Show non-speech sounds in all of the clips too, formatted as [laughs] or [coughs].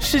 世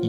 你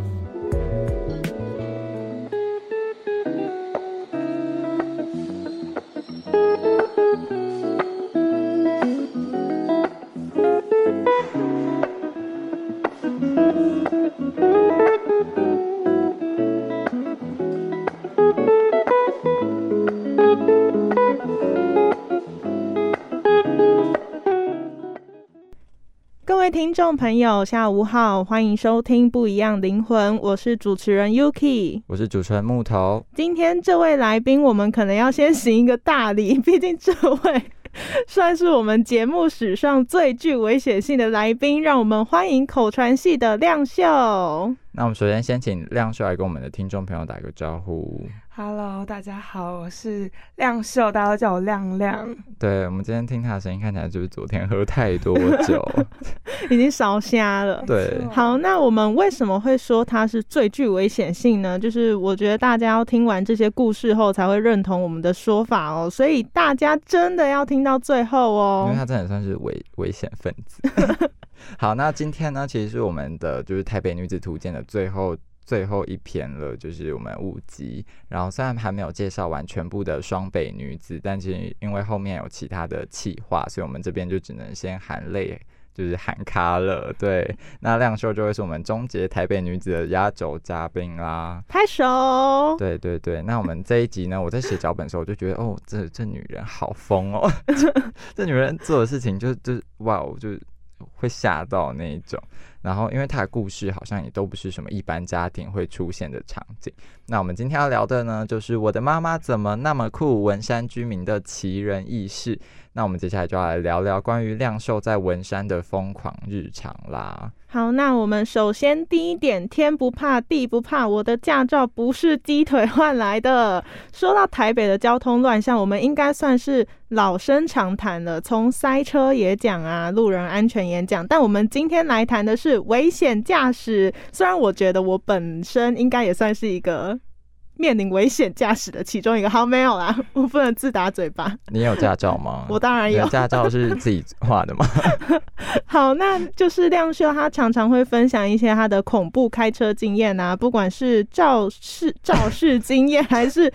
各位听众朋友，下午好，欢迎收听《不一样灵魂》，我是主持人 Yuki。我是主持人木头，今天这位来宾，我们可能要先行一个大礼，毕竟这位算是我们节目史上最具危险性的来宾，让我们欢迎口传系的亮秀。那我们首先先请亮秀来跟我们的听众朋友打个招呼。 Hello，大家好，我是亮秀，大家都叫我亮亮。对我们今天听他的声音，看起来就是昨天喝太多酒。已经烧瞎了。嗯对，好，那我们为什么会说它是最具危险性呢？就是我觉得大家要听完这些故事后才会认同我们的说法哦，所以大家真的要听到最后因哦为。他真的算是危危险分子。好，那今天呢，其实是我们的就是《台北女子图鉴》的最后最后一篇了，就是我们五集。然后虽然还没有介绍完全部的双北女子，但其实因为后面有其他的企划，所以我们这边就只能先含泪。就是喊卡了，对，那亮秀就会是我们终结台北女子的压轴嘉宾啦。拍 [laughs] 手。对对对，那我们这一集呢，我在写脚本的时候，我就觉得，哦，这这女人好疯哦， [laughs] 这女人做的事情就就哇哦，就会吓到那一种。然后，因为她的故事好像也都不是什么一般家庭会出现的场景。那我们今天要聊的呢，就是我的妈妈怎么那么酷？文山居民的奇人异事。那我们接下来就要来聊聊关于亮寿在文山的疯狂日常啦。好，那我们首先第一点，天不怕地不怕，我的驾照不是鸡腿换来的。 [laughs] 说到台北的交通乱象，我们应该算是老生常谈了，从塞车也讲啊，路人安全也讲，但我们今天来谈的是危险驾驶。虽然我觉得我本身应该也算是一个。 [laughs] 面临危险驾驶的其中一个，好没有啦，我不能自打嘴巴。？你有驾照吗 [laughs] 我当然你有的，驾照是自己画的吗？好，那就是亮秀，他常常会分享一些他的恐怖开车经验啊，不管是肇事、肇事经验，还是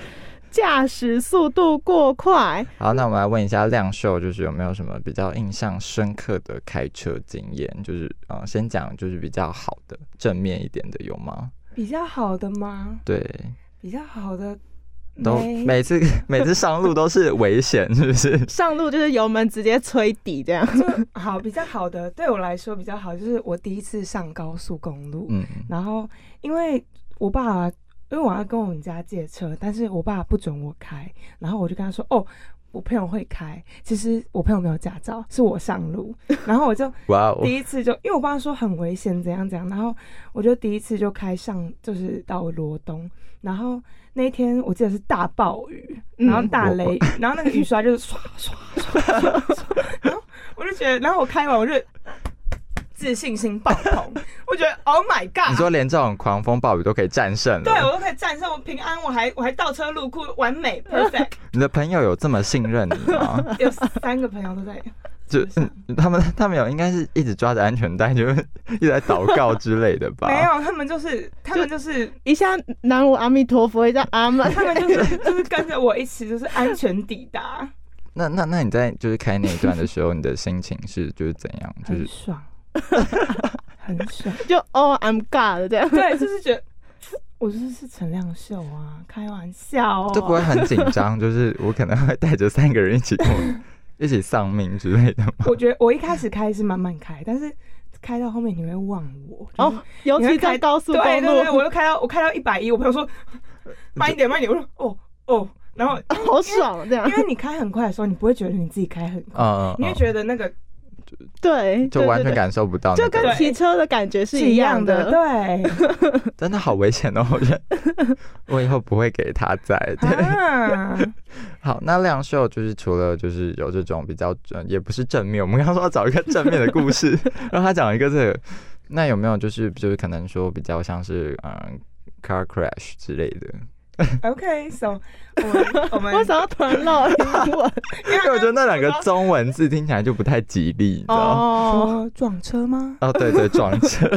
驾驶速度过快。好，那我们来问一下亮秀，就是有没有什么比较印象深刻的开车经验？就是嗯，呃先讲就是比较好的、正面一点的有吗？比较好的吗？对，比较好的都没每次每次上路都是危险，是不是？上路就是油门直接吹底这样。就好，比较好的对我来说比较好，就是我第一次上高速公路，嗯，然后因为我爸，因为我要跟我们家借车，但是我爸不准我开，然后我就跟他说，哦。我朋友会开，其实我朋友没有驾照，是我上路， [laughs] 然后我就哇哦，第一次就因为我爸说很危险，怎样怎样，然后我就第一次就开上就是到罗东，然后那一天我记得是大暴雨，然嗯后大雷雨，然后那个雨刷就是刷刷刷刷刷，然后我就觉得，然后我开完我就自信心爆棚，我觉得 Oh my 你 God！说连这种狂风暴雨都可以战胜对，了，我都可以战胜，我平安，我还我还倒车入库，完 [laughs] 美 perfect。你的朋友有这么信任你吗？有三个朋友都在，就啊嗯他们他们有应该是一直抓着安全带，就是一直在祷告之类的吧？没有，他们就是他们就是 [laughs] 一下南无阿弥陀佛，一下阿门。他们 [laughs] 就是就是跟着我一起就是安全抵达，那那那你在就是开那一段的时候，你的心情是就是怎样？ [laughs] 就是很 [laughs] 爽，很爽。oh, 就哦，I'm God 这样。对，就是觉得我就是是陈亮秀啊，开玩笑哦，就不会很紧张，就是我可能会带着三个人一起 [laughs] 一起丧命之类的吗？我觉得我一开始开是慢慢开，但是开到后面你会忘我。就是哦，尤你会其在开高速对公对对，路，我又开到我开到一百一，我朋友说慢一点慢一点，我说哦哦，然后好爽这样 [laughs] 因。为你开很快的时候，你不会觉得你自己开很快，嗯，嗯你会觉得那个对，就对完全。对对感受不到那就个，跟骑车的感觉是是一一样样的，的，对真的好危险哦！我觉得我以后不会给他在。对，啊， [laughs] 好，那亮秀就是除了就是有这种比较呃也不是正面，我们刚刚说要找一个正面的故事，让他讲一个这个。那有没有就是就是可能说比较像是嗯 car crash 之类的？ OK，so 我们 [laughs] 我们为什么要突然绕英文？因为我觉得那两个中文字听起来就不太吉利，你知道吗？ [laughs] 哦，说撞车吗？哦，对对，撞车，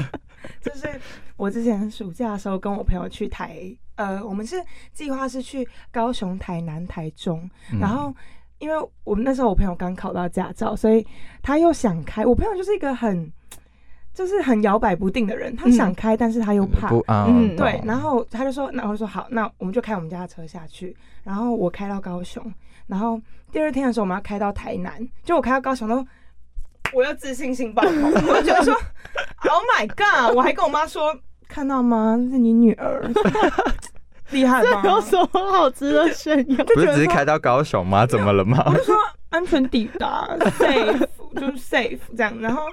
就是我之前暑假的时候跟我朋友去台，呃，我们是计划是去高雄、台南、台中，嗯然后因为我们那时候我朋友刚考到驾照，所以他又想开。我朋友就是一个很就是很摇摆不定的人，他嗯想开，但是他又怕。不啊，嗯对，然后后他就说，那我就说好，那我们就开我们家的车下去，然后我开到高雄，然后第二天的时候我们要开到台南，就我开到高雄都，我又自信心爆棚，我就觉得说，Oh my god！我还跟我妈说，看到吗？这是你女儿，厉害 [laughs] 这有吗？什么好值得炫耀？不是只是开到高雄吗？怎么了吗？ [laughs] 安全抵达，safe 就是 safe 这样。然后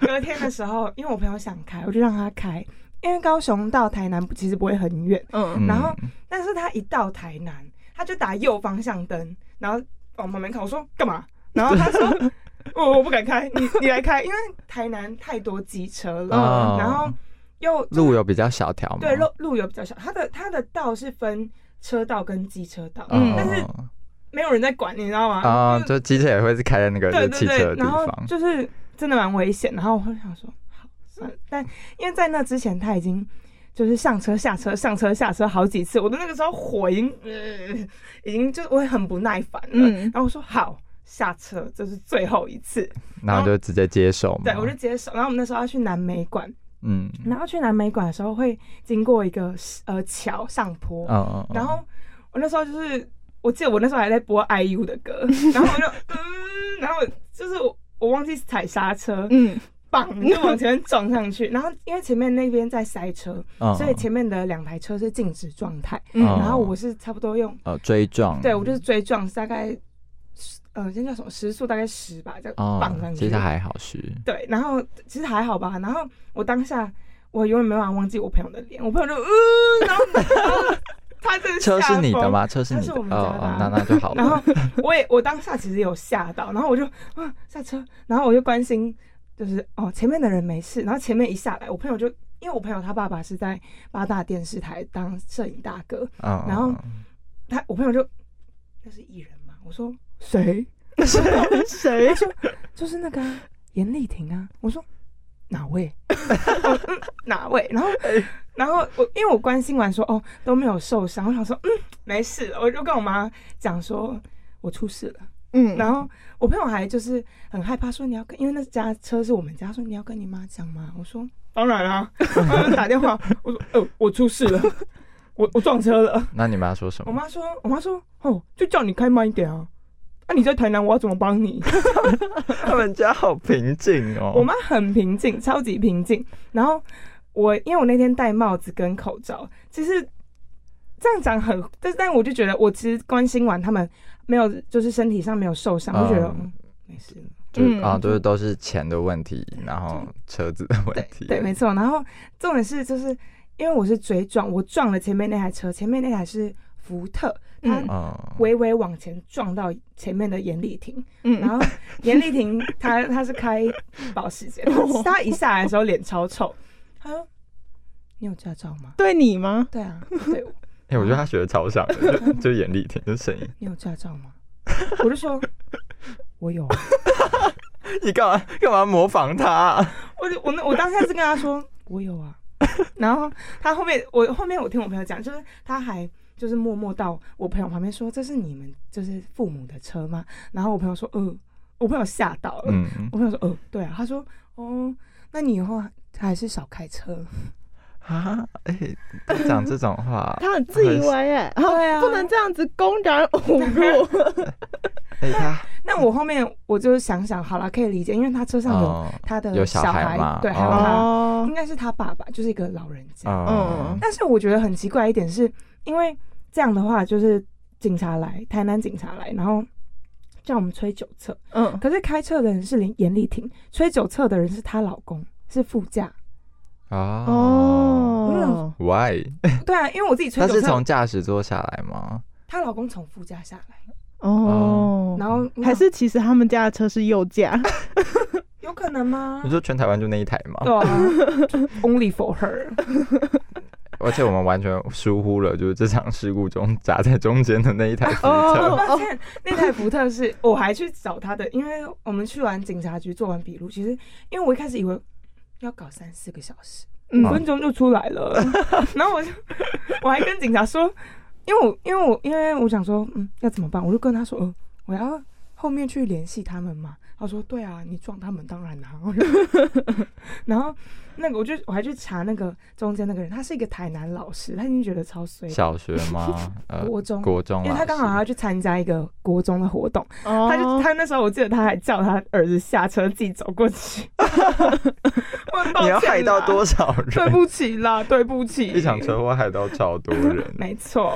隔天的时候，因为我朋友想开，我就让他开，因为高雄到台南其实不会很远。嗯，嗯然后但是他一到台南，他就打右方向灯，然后往旁边看，我说干嘛？然后 [laughs] 他说我我不敢开，你你来开，因为台南太多机车了，哦然后又路有比较小条吗？对路路有比较小，它的它的道是分车道跟机车道，嗯，但是没有人在管，你知道吗？啊，就就是机车也会是开在那个对就对汽车对的，地然后方，就是真的蛮危险。然后我会想说，好，算了。但因为在那之前他已经就是上车下车上车下车好几次，我的那个时候火已经、呃、已经就我也很不耐烦了。嗯然后我说好。下车，这是最后一次，然后就直接接手嘛。对我就直接手。然后我们那时候要去南美馆，嗯然后去南美馆的时候会经过一个呃桥上坡，嗯嗯，然后我那时候就是，我记得我那时候还在播 IU 的歌， [laughs] 然后我就嗯，然后就是我我忘记踩刹车，嗯，棒就往前面撞上去。然后因为前面那边在塞车，嗯所以前面的两台车是静止状态，嗯然后我是差不多用，呃追撞，对我就是追撞，大概呃，先叫什么时速大概十吧，这样棒嗯，上其去实。还好是对，然后其实还好吧。然后我当下我永远没办法忘记我朋友的脸，我朋友就嗯，然后 [laughs] 他真的车是吓你的疯吗？车是它你是的我哦们家的哦啊，那那就好然了。嗯后我也我当下其实有吓到，然后我就啊下车，然后我就关心，就是哦前面的人没事，然后前面一下来，我朋友就因为我朋友他爸爸是在八大电视台当摄影大哥，嗯， [laughs] 然后嗯他我朋友就那是艺人嘛，我说谁？谁 [laughs] 就是那个啊严丽婷啊，我说哪位？ [laughs] 我嗯哪位？然后哎然后我因为我关心完说哦都没有受伤，我想说嗯没事了，我就跟我妈讲说我出事了。嗯，然后我朋友还就是很害怕，说你要跟，因为那家车是我们家，说你要跟你妈讲吗？我说当然 [laughs] 啊，然后就打电话，我说呃我出事了， [laughs] 我我撞车了。那你妈说什我么？妈说，我妈说哦，就叫你开慢一点啊。那、你在台南，我要怎么帮 [laughs] 你？他们家好平静哦。我妈很平静，超级平静。然后我因为我那天戴帽子跟口罩，其实这样讲很，但是但我就觉得我其实关心完他们没有，就是身体上没有受伤，我就觉得、嗯嗯、没事。就是嗯啊，就是都是钱的问题，然后车子的问题。对，没错。然后重点是，就是因为我是追撞，我撞了前面那台车，前面那台是福特，它嗯嗯，微微往前撞到前面的严丽婷，嗯，然后严丽婷她她是开保时 [laughs] 捷，她她一下来的时候脸超臭，她说：“你有驾照吗对你吗？”？，对啊，对，哎，我觉得他学的超像的，就就眼力挺，就声音。你有驾照吗？我就说。我有啊，你干嘛干嘛模仿他啊？我就我那我当下是跟他说我有啊，然后他后面我后面我听我朋友讲，就是他还就是默默到我朋友旁边说这是你们就是父母的车吗？然后我朋友说呃，我朋友吓到了，嗯，我朋友说呃对啊，他说哦，那你以后还是少开车，啊，哎、欸，讲这种话他很自以为哎、对啊不能这样子公然侮辱。 [laughs] 哎、他那我后面我就想想，好了，可以理解，因为他车上有哦他的有小小孩，孩嘛对，还有他，哦应，该是他爸爸，就是一个老人家。哦，但是我觉得很奇怪一点是，因为这样的话，就是警察来，台南警察来，然后叫我们吹酒测，嗯，可是开车的人是林严丽婷，吹酒测的人是她老公，是副驾。哦我哦， ，Why？对啊，因为我自己吹他酒是测从，驾驶座下来吗？她老公从副驾下来，哦，然后还是其实他们家的车是右驾，有可能吗你？说全台湾就那一台吗？对啊 [laughs] ，Only for her。而且我们完全疏忽了，就是这场事故中夹在中间的那一台福哦特。抱歉，那台福特是，我还去找他的，因为我们去完警察局做完笔录，其实因为我一开始以为要搞三四个小时，嗯五分钟就出 [laughs] 来了。然后我就我还跟警察说，因为我因为我因为我想说，嗯，要怎么办？我就跟他说，呃、我要后面去联系他们嘛。他说，对啊，你撞他们当然啦、我就 [laughs] 然后那个我就我还去查那个中间那个人，他是一个台南老师，他已经觉得超衰。小学吗？呃，国中，国中因为老他刚好师要去参加一个国中的活动，哦他就他那时候我记得他还叫他儿子下车自己走过 [laughs] 去。我很抱你要歉害到啦多少对人？不起啦，对不起。一场车祸害到超多人。没错，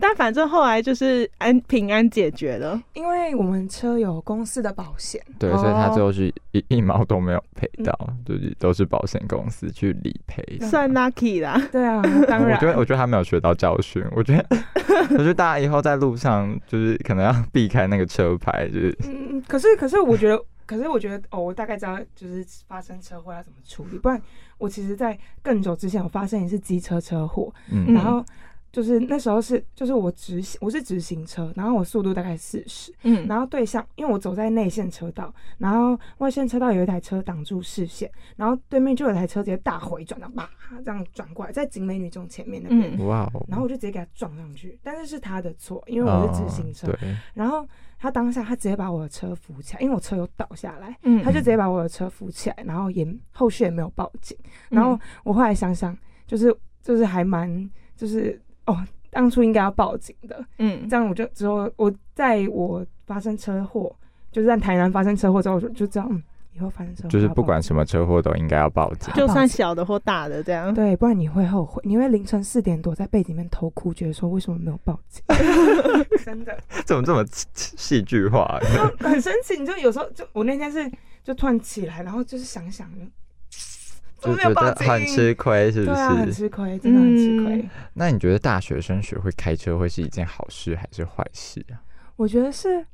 但反正后来就是安平安解决了，因为我们车有公司的保险，对，所以他哦最后是一一毛都没有赔嗯到，就是都是保险公司去理赔。算 lucky 啦。对 [laughs] 啊，当我然觉，得，我觉得他没有学到教训。我 [laughs] 觉得，我觉得大家以后在路上就是可能要避开那个车牌，就是嗯，可是可是我觉得。可是我觉得哦，我大概知道就是发生车祸要怎么处理，不然我其实，在更久之前我发生一次机车车祸，嗯然后就是那时候是就是我直行我是直行车，然后我速度大概四十，嗯然后对向，因为我走在内线车道，然后外线车道有一台车挡住视线，然后对面就有一台车直接大回转，然后啪这样转过来，在景美女中前面那边，嗯哇哦，然后我就直接给他撞上去，但是是他的错，因为我是直行车，哦对，然后他当下他直接把我的车扶起来，因为我车有倒下来，嗯他就直接把我的车扶起来，然后也后续也没有报警，然嗯后我后来想想，就是就是还蛮就是哦，当初应该要报警的，嗯这样我就之后我在我发生车祸，就是在台南发生车祸之后，我就就知道，嗯，以后发生车祸就是要不报管什么车祸都应该要报 [laughs] 警。就算小的或大的这样。对，不然你会后悔，你会凌晨四点躲在被子里面偷哭，觉得说为什么没有报警？ [laughs] 真的怎么这么戏戏剧化？啊就很神奇，你就有时候就我那天是就突然起来，然后就是想想就 [laughs] 就怎么没有觉报得警，很吃亏，是不对啊，很是？吃亏，真的很吃亏。嗯那你觉得大学生学会开车会是一件好事还是坏事啊？我觉得是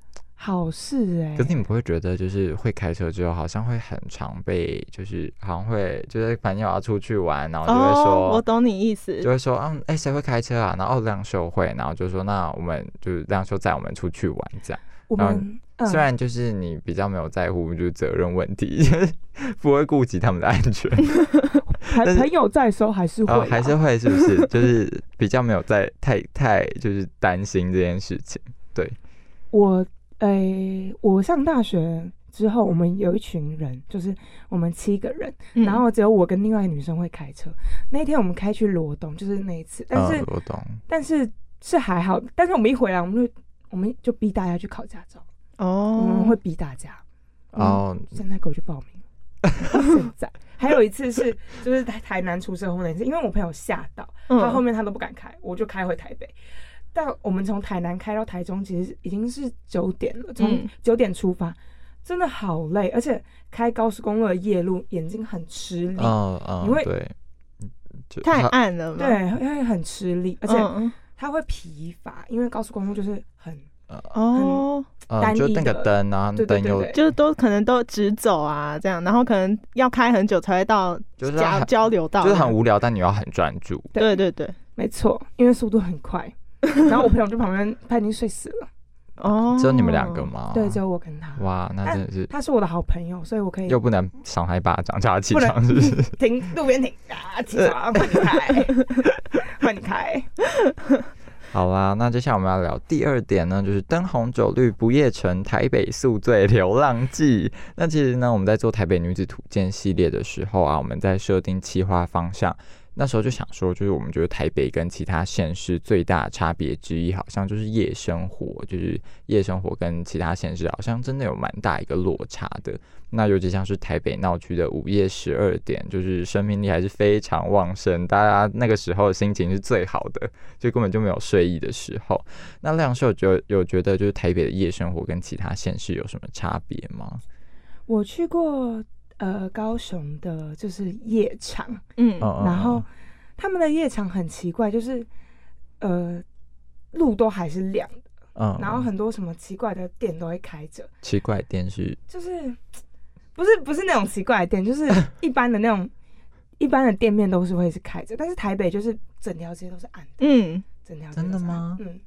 好事哎、可是你们不会觉得，就是会开车之后，好像会很常被，就是好像会，就是朋友要出去玩，然后就会哦，我说，懂你意思就。会说，嗯，哎、谁会开车啊？然后哦亮秀会，然后就说，那我们就是亮秀载我们出去玩这样。我然后们、嗯、虽然就是你比较没有在乎，就是责任问题， [laughs] 就是不会顾及他们的安 [laughs] 全，还但是朋友在的时候还是会啊然啦、后还是会是不是？就是比较没有在太太就是担心这件事情。我诶、我上大学之后，我们有一群人，就是我们七个人，嗯然后只有我跟另外一个女生会开车。那一天我们开去罗东，就是那一次，但是、嗯我懂。但是是还好，但是我们一回来，我们就我们就逼大家去考驾照，我哦们，会逼大家。哦嗯现在给我去报名。 [laughs] 现在还有一次是，就是台台南出车祸那一次，因为我朋友吓到，嗯他后面面他都不敢开，我就开回台北。但我们从台南开到台中，其实已经是九点了，从嗯九点出发，真的好累，而且开高速公路的夜路，眼睛很吃力，嗯因为嗯，对，就太好暗了嘛。对，会很吃力，而嗯，且他会疲乏，因为高速公路就是很哦，嗯，单就一那个的灯，然后对对灯对又对就是都可能都直走啊，这样，然后可能要开很久才会到就是交很交流道，啊就是很无聊，但你要很专注。对对对，没错，因为速度很 [laughs] 快。然后我朋友就旁边，他已经睡死了，哦，只有你们两个？吗？对，哎只有我跟他。啊哇，那真的是他是我的好朋友，所以我可以又不能赏他一巴掌，叫他起哎不能床，是不是？停路边停啊，起 [laughs] 床，换你开，换你开。好啦，那接下来我们要聊第二点呢，就是灯红酒绿不夜城，台北宿醉流浪记。那其实呢，我们在做台北女子图鉴系列的时候啊，我们在设定企划方向。那时候就想说，就是我们觉得台北跟其他县市最大的差别之一，好像就是夜生活，就是夜生活跟其他县市好像真的有蛮大一个落差的。那尤其像是台北闹区的午夜十二点，就是生命力还是非常旺盛，大家那个时候心情是最好的，就根本就没有睡意的时候。那亮秀有有觉得就是台北的夜生活跟其他县市有什么差别吗？我去过呃高雄的，就是夜场，嗯嗯嗯然后他们的夜场很奇怪，就是呃路都还是亮的，嗯，然后很多什么奇怪的店都会开着，奇怪电视，就是不是不是那种奇怪的店，就是 [laughs] 一般的那种一般的店面都是会是开着，但是台北就是整条街都是暗的，嗯，整条街真的都是暗吗嗯，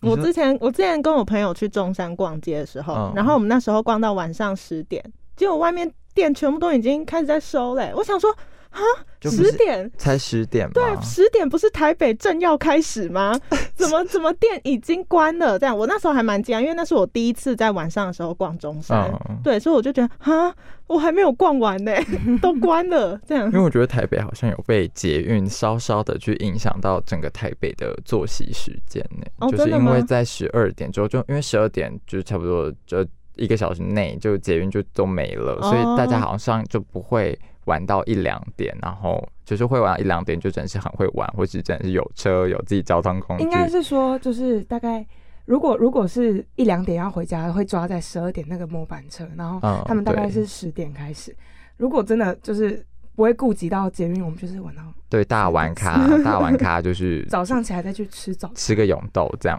你我说之前我之前跟我朋友去中山逛街的时候，嗯然后我们那时候逛到晚上十点，结果外面店全部都已经开始在收嘞、我想说啊，就不是十点。才十点吗？对，十点不是台北正要开始 [laughs] 吗？怎么怎么店已经关了？这样，我那时候还蛮惊讶，因为那是我第一次在晚上的时候逛中山，嗯对，所以我就觉得啊，我还没有逛完呢、都关了，这样因为我觉得台北好像有被捷运稍稍的去影响到整个台北的作息时间呢、哦就是真的因吗为在十二点之后，就因为十二点就是差不多就一个小时内就捷运就都没了，所以大家哦好像就不会玩到一两点，然后就是会玩到一两点就真的是很会玩，或是真的是有车有自己交通工具应，该是说就是大概。如果如果是一两点要回家，会抓在十二点那个末班车，然后嗯他们大概对是十点开始。如果真的就是不会顾及到捷运，我们就是晚到对大 [laughs] 玩咖大玩咖就是早上起来再去吃早餐。 [laughs] 吃个永豆 [laughs] 这样。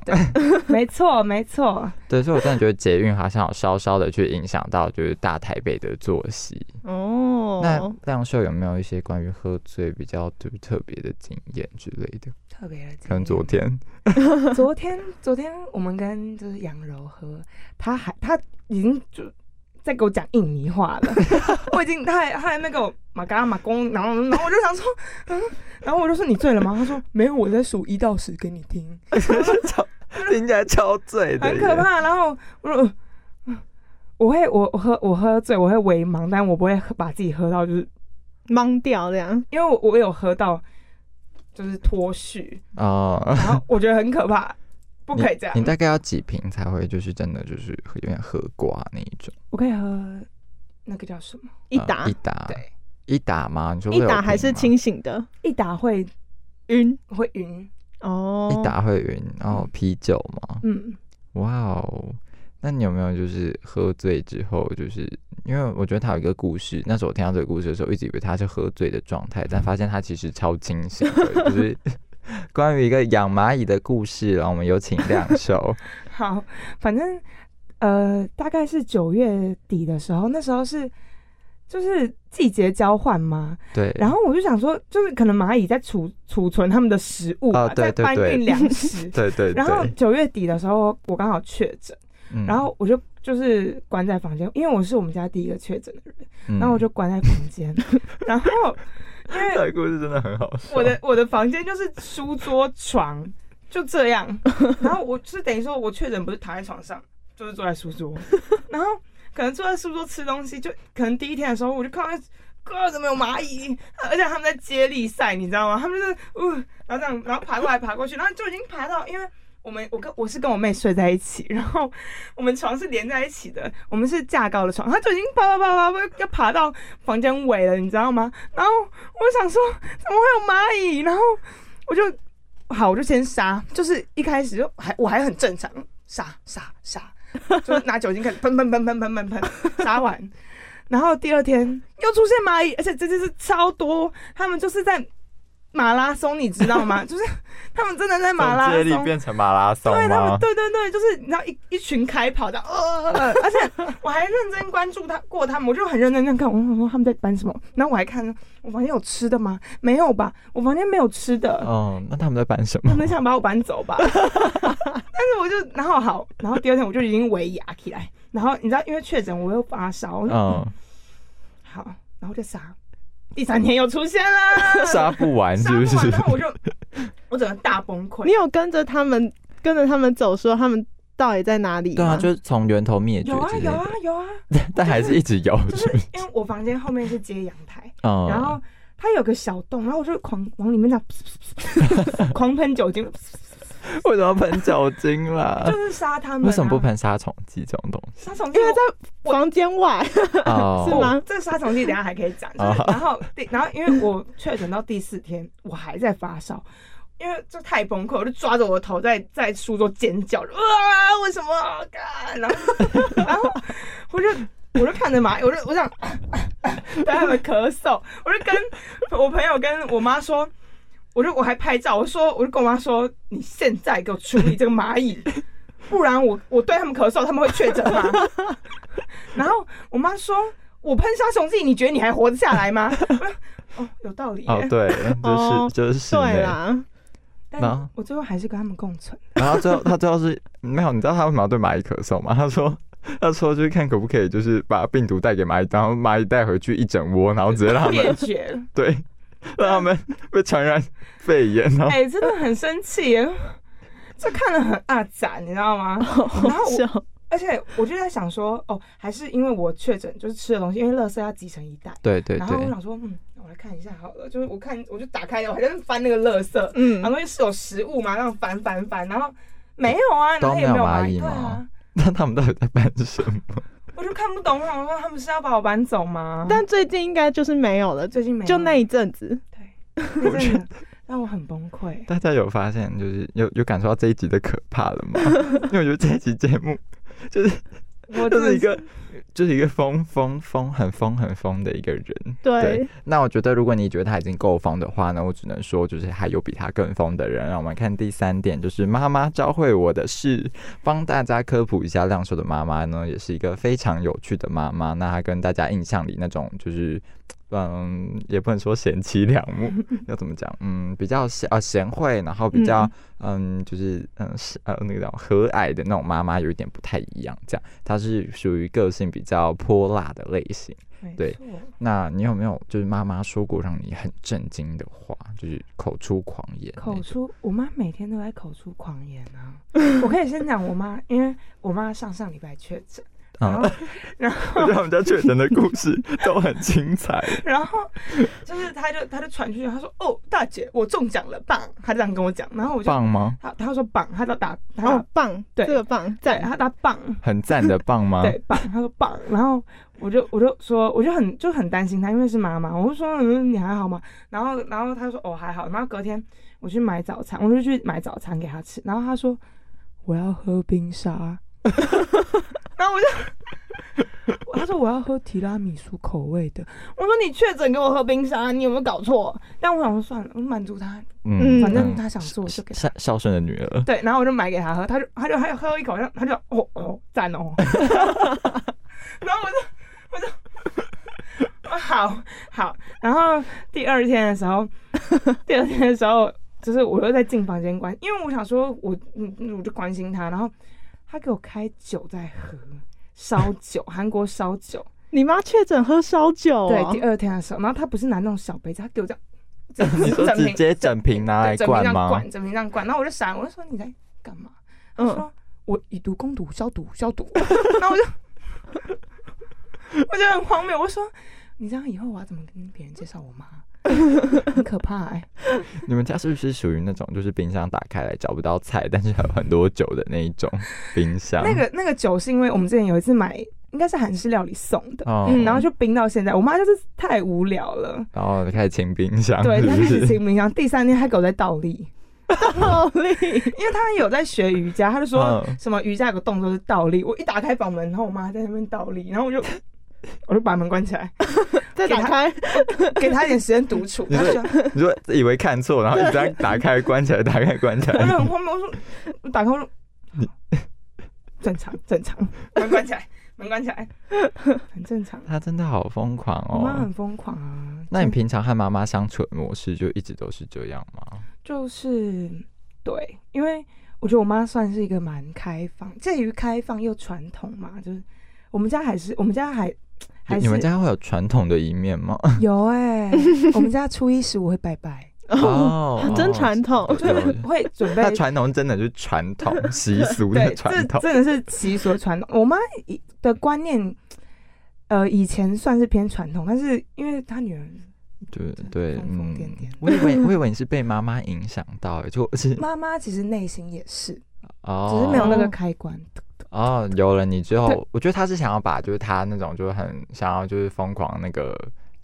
没错，没错。对，所以我真的觉得捷运好像有稍稍的去影响到就是大台北的作息。哦。那亮秀有没有一些关于喝醉比较就是特别的经验之类的？特别的，可能昨，天， [laughs] 昨天，昨天我们跟就是杨柔喝，他还他已经就在给我讲印尼话 [laughs] 了，我已经他还他还那个马嘎马公，然后然后我就想说，嗯，然后我就说你醉了吗？他说没有，我在数一到十给你听， [laughs] 听起来超醉的，很可。怕。然后我说。嗯我会，我我喝我喝醉，我会微茫，但我不会喝把自己喝到就是懵掉这样，因为我我有喝到，就是脱序，嗯哦，然后我觉得很可怕，不可以这样你。大概要几瓶才会就是真的就是有点喝瓜那一种？我可以喝那个叫什么？一呃打一打，对，一打吗？你说一会有啊打还瓶是吗清醒的，一打会晕会晕，哦。一打会晕，然后啤酒吗？嗯，哇哦，那你有没有就是喝醉之后，就是因为我觉得他有一个故事，那时候我听到这个故事的时候，一直以为他是喝醉的状嗯态，但发现他其实超清醒的，就是关于一个养蚂蚁的故事，然后我们有请亮手，好，反正呃，大概是九月底的时候，那时候是就是季节交换嘛，对， [laughs] 然后我就想说，就是可能蚂蚁在储储存它们的食物吧，哦对对在搬对。运粮食 [laughs] 对对对然，后九月底的时候，我刚好确诊，嗯然后我就就是关在房间，因为我是我们家第一个确诊的人，嗯然后我就关在房间，然后因为这个故事真的很好笑，我的我的房间就是书桌床就这 [laughs] 样，然后我是等于说我确诊不是躺在床上，就是坐在书桌，然后可能坐在书桌吃东西，就可能第一天的时候我就看到。哥，怎么有蚂蚁？而且他们在接力赛，你知道吗？他们就是，呜、然后这样，然后爬过来爬过去，然后就已经爬到，因为我们我跟我是跟我妹睡在一起，然后我们床是连在一起的，我们是架高的床，她就已经爬爬爬爬爬要爬到房间尾了，你知道吗？然后我想说，怎么会有蚂蚁？然后我就好，我就先杀，就是一开始就还我还很正常，杀杀杀，就拿酒精开始喷喷喷喷喷喷喷，杀完。然后第二天又出现蚂蚁，而且这次是超多，他们就是在马拉松，你知道吗？ [laughs] 就是他们真的在马拉从接力松，变成马拉松对他吗们，？对对对，就是你知道一一群开跑的，呃，而且我还认真关注他过他们，我就很认真在看，我想说他们在搬什么，然后我还看我房间有吃的吗？没有吧，我房间没有吃的，哦，那他们在搬什么他？们想把我搬 [laughs] 走吧。但是我就然后好，然后第二天我就已经围牙起来，然后你知道因为确诊我又发烧，我就嗯，好，然后就傻。第三天又出现了，杀不完杀 [laughs] 是不不完，是然？后我就我整个大崩溃你。有跟着他们跟着他们走，说他们到底在哪里吗？对啊，就是从源头灭绝有啊之类有啊的，有啊，但还是一直有，就是 [laughs] 是不是？因为我房间后面是接阳台，嗯，然后它有个小洞，然后我就狂往里面这样 [laughs] 狂喷酒精，为什么要喷酒精啦就？是杀他们、[laughs] 啊。为什么不？喷杀虫剂这种东 [laughs] 西？杀虫剂因为我在房间外，哦是吗这个杀虫剂等一下还可以讲。就是哦然后第然后因为我确诊到第四天，我还在发烧，因为就太崩溃，我就抓着我的头在在书桌尖叫，啊，为什么？干然后 [laughs] 然后我就。我就看着蚂蚁，我就我想， [coughs] 等他们咳嗽，我就跟我朋友跟我妈说，我就我还拍照，我说我就跟我妈说，你现在给我处理这个蚂蚁， [laughs] 不然我我对他们咳嗽，他们会确诊吗？ [laughs] 然后我妈说，我喷杀虫剂，你觉得你还活得下来吗？我说哦，有道理耶。哦，对，就是哦就是室对内。啦，然但后我最后还是跟他们共存。然后最后他最后是没有，你知道他为什么要对蚂蚁咳嗽吗？他说。 [laughs] 他说：“就是看可不可以，就是把病毒带给蚂蚁，然后蚂蚁带回去一整窝，然后直接让他 [laughs] 们灭绝， [laughs] 对，让他们被传染肺炎。然后哎、真的很生气耶，这看了很阿展，你知道吗？好然后我笑，而且我就在想说，哦，还是因为我确诊，就是吃的东西，因为垃圾要集成一袋。对对然后我想说，嗯，我来看一下好了，就是我看我就打开，我还在那翻那个垃圾，嗯然，后是有食物嘛，那种翻翻翻，然后没有啊，都然后也没有没有蚂蚁，蚁对啊吗，那他们到底在办什么？我就看不懂，我想说他们是要把我搬走吗？但最近应该就是没有了，就最近没有就那一阵子，对，那真的让我很 [laughs] 崩溃。大家有发现，就是有有感受到这一集的可怕了吗？因为我觉得这一集节目就是我真 [laughs] 就的是一个就是一个疯疯疯很疯很疯的一个人。对对，，那我觉得如果你觉得他已经够疯的话呢，我只能说就是还有比他更疯的人。让我们看第三点，就是妈妈教会我的事，帮大家科普一下亮硕的妈妈呢，也是一个非常有趣的妈妈。那她跟大家印象里那种就是。嗯，也不能说贤妻良母， [laughs] 要怎么讲？嗯，比较贤啊贤惠，然后比较嗯就是嗯是呃那个叫和蔼的那种妈妈，有一点不太一样。这样，她是属于个性比较泼辣的类型。没对错那你有没有就是妈妈说过让你很震惊的话，就是口出狂言那种？口出，我妈每天都在口出狂言 [laughs] 啊！我可以先讲我妈，因为我妈上上礼拜确诊，然后 [laughs] 啊，然我后觉得我们家确诊的故事都很精彩。然后就是她就她就传出去，她说：“哦，大姐，我中奖了，棒！”她这样跟我讲，然后我就棒吗？她她说棒，她就打她打哦，棒，对这个棒，对，啊赞，她打棒，很赞的棒吗？对棒，她说棒，然后我就我就说我就很就很担心她，因为是妈妈，我就说嗯你还好吗？然后然后她说哦还好，然后隔天我去买早餐，我就去买早餐给她吃，然后她说我要喝冰沙， [laughs] 然后我就。她说我要喝提拉米苏口味的，我说你确诊给我喝冰沙，你有没有搞错？但我想说算了，我满足她，嗯，嗯反正嗯她想做就给她。孝孝顺的女儿。对，然后我就买给他喝，他就他就他就喝一口，然后他就哦哦赞 [laughs] 哦， [laughs] 然后我就我就哦好好，然后第二天的时候，第二天的时候就是我又在进房间关，因为我想说我嗯我就关心他，然后他给我开酒在喝，烧酒，韩国烧酒，你妈确诊喝烧酒对，哦第，二天的时候，然后他不是拿那种小杯子，他给我这样。 [laughs] 你说整直瓶接整瓶拿来对整瓶这灌样吗？灌，整瓶这样灌。然后我就闪，我就说你在干嘛？他嗯，说我以毒攻毒，消 [laughs] 毒消毒。然后 [laughs] 我就我就很荒谬，我说你这样以后我要怎么跟别人介绍我 [laughs] 妈？很可怕哎、你们家是不是属于那种就是冰箱打开来找不到菜，但是还有很多酒的那一种冰箱？那个那个酒是因为我们之前有一次买，应该是韩式料理送的，哦，嗯，然后就冰到现在。我妈就是太无聊了，然后开始清冰箱， [laughs] 对，是她不开始是？清冰箱。第三天她给我在倒立，倒立，因为她有在学瑜伽，她就说嗯什么瑜伽有个动作是倒立。我一打开房门，然后我妈在那边倒立，然后我就我就把门关起来，再给打他开，给她一点时间独处。你她说就 [laughs] 你说以为看错，然后一直在打开关起来，打开关起 [laughs] 我就来。很荒谬，我说我打开我说哎你正常正 [laughs] 常，门关起来，门关起来，很正常。他真的好疯狂我妈哦很！疯狂啊，那你就平常和妈妈相处的模式就一直都是这样吗？就是对，因为我觉得我妈算是一个蛮开放，介于开放又传统嘛，就是我们家还是我们家还还是你们家会有传统的一面 [laughs] 吗？ [laughs] 有哎、我们家初一十五会拜拜， [laughs] 哦真传统哦就是有会准备那传统真的就是传统习 [laughs] 俗对的，传统这真的是习俗的传统。我妈以的观念，呃，以前算是偏传统，但是因为她女儿对对，疯疯嗯癫癫，我以为我以为你是被妈妈影响到，欸 [laughs] 就是妈妈其实内心也是，哦，只是没有那个开关。哦，有了你之后对，我觉得他是想要把就是他那种就是很想要就是疯狂那个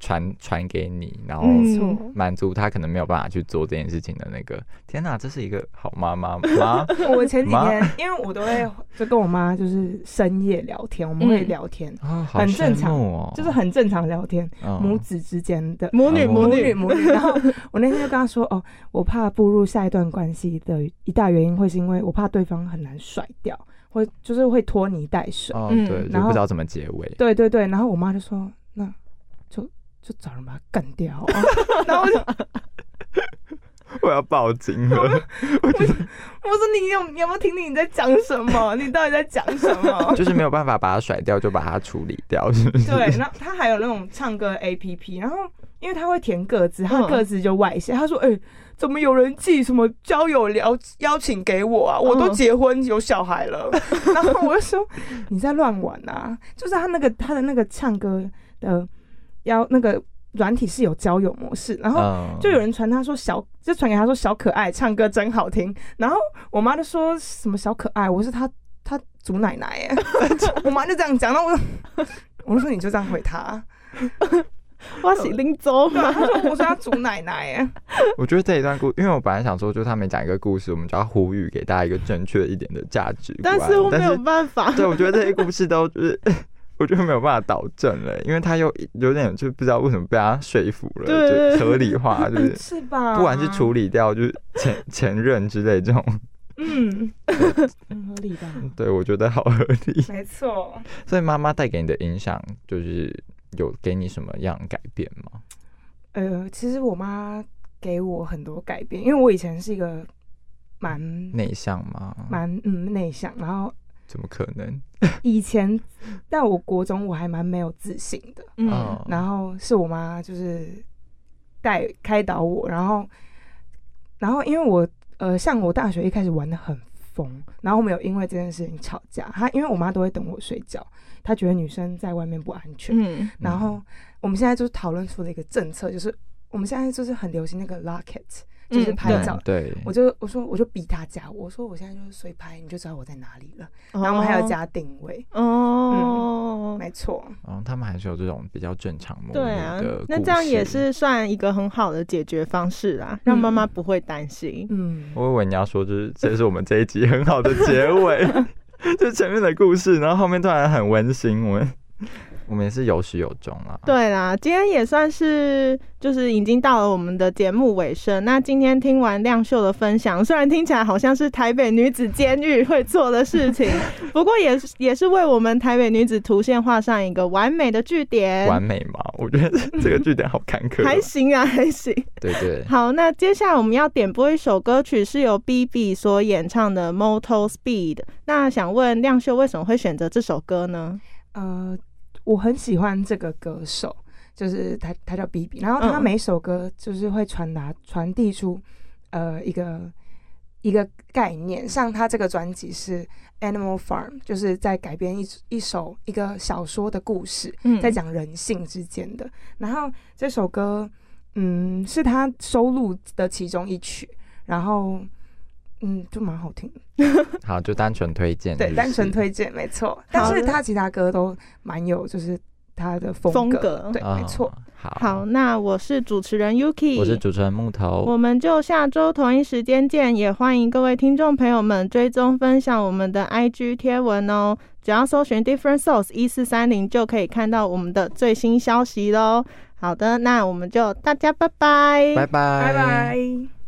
传传给你，然后没错嗯满足他可能没有办法去做这件事情的那个。天哪，这是一个好妈妈吗？我前几妈天，因为我都会就跟我妈就是深夜聊天，我们会嗯聊天，啊，好很正羡常慕哦，就是很正常聊天，嗯母子之间的母女哦母母女女母女。然后我那天就跟他说，哦，我怕步入下一段关系的一大原因会是因为我怕对方很难甩掉，或就是会拖泥带水。哦，嗯对，就然不后知道怎么结尾。对对对，然后我妈就说，那就就找人把他干掉、 [laughs] 啊。然后我就 [laughs] 我要报警 [laughs] 了，我说你有你有没有听听你在讲 [laughs] 什么？你到底在讲什么？就是没有办法把它甩掉，就把它处理掉，是不是？对，然后他还有那种唱歌 A P P，然后因为他会填个资，他的嗯个资就外泄。他说：“哎、怎么有人寄什么交友邀邀请给我啊？我都嗯结婚有小孩 [laughs] 了。”然后我就说：“你在乱玩啊！”就是他那个他的那个唱歌的邀那个软体是有交友模式，然后嗯，就有人传他说小，就传给他说小可爱唱歌真好听，然后我妈就说什么小可爱，我是她她祖奶奶耶， [laughs] 我妈就这样讲，然后我就我就说你就这样回她， [laughs] 我是林州对啊，嘛，她说我是她祖奶奶耶，我觉得这一段故，因为我本来想说，就是他每讲一个故事，我们就要呼吁给大家一个正确一点的价值观，但是我没但有是办法。 [laughs] 对，我觉得这些故事都就是， [laughs] 我觉得没有办法导正了，因为他又有点就不知道为什么被他说服了，对对对就合理化， [laughs] 就是是吧？不管是处理掉就是前前任之类这种，嗯，很合理吧？对我觉得好合理。没错，所以妈妈带给你的影响，就是有给你什么样的改变吗？呃，其实我妈给我很多改变，因为我以前是一个蛮嗯内向吗？蛮嗯内向，然后怎么可能？以前在我国中我还蛮没有自信的。嗯哦然后是我妈就是带开导我，然后然后因为我呃，像我大学一开始玩的很疯，然后我们有因为这件事情吵架。她因为我妈都会等我睡觉，她觉得女生在外面不安全。嗯然后我们现在就是讨论出了一个政策，就是我们现在就是很流行那个 locket，就是嗯拍对照。对，我就我说我就逼她加我，我说我现在就是随拍，你就知道我在哪里了。然然后我们还有嗯加定位，哦，没错。然后他们还是有这种比较正常模拟对啊嗯的故事，那这样也是算一个很好的解决方式啦，让妈妈不会担心。嗯，我以为你要说，就是这是我们这一集很好的结尾， [laughs] 就前面的故事，然后后面突然很温馨，我们我们也是有始有终啊啦。，对啦，今天也算是就是已经到了我们的节目尾声。那今天听完亮秀的分享，虽然听起来好像是台北女子监狱会做的事情，不过也是也是为我们台北女子图线画上一个完美的句点。完美嘛，我觉得这个据点好坎坷。还行啊，还行。对对，好，那接下来我们要点播一首歌曲，是由 B B 所演唱的《Motor Speed》。那想问亮秀为什么会选择这首歌呢？呃，我很喜欢这个歌手，就是他，他叫 B B，然后他嗯每首歌就是会传达、传递出呃一个一个概念，像他这个专辑是 Animal Farm，就是在改编一一首一个小说的故事，嗯在讲人性之间的。然后这首歌，嗯，是他收录的其中一曲，然后嗯，就蛮好听的。好，就单纯推荐，对，是单纯推荐没错。但好是的他其他歌都蛮有，就是他的风风格，格对，没错。。嗯好，好，，那我是主持人 Yuki，我是主持人木头我，们就下周同一时间见，也欢迎各位听众朋友们追踪分享我们的 IG 贴文哦。只要搜寻 Different Source 一四三零就可以看到我们的最新消息喽。好的，那我们就大家拜拜，拜拜，拜拜。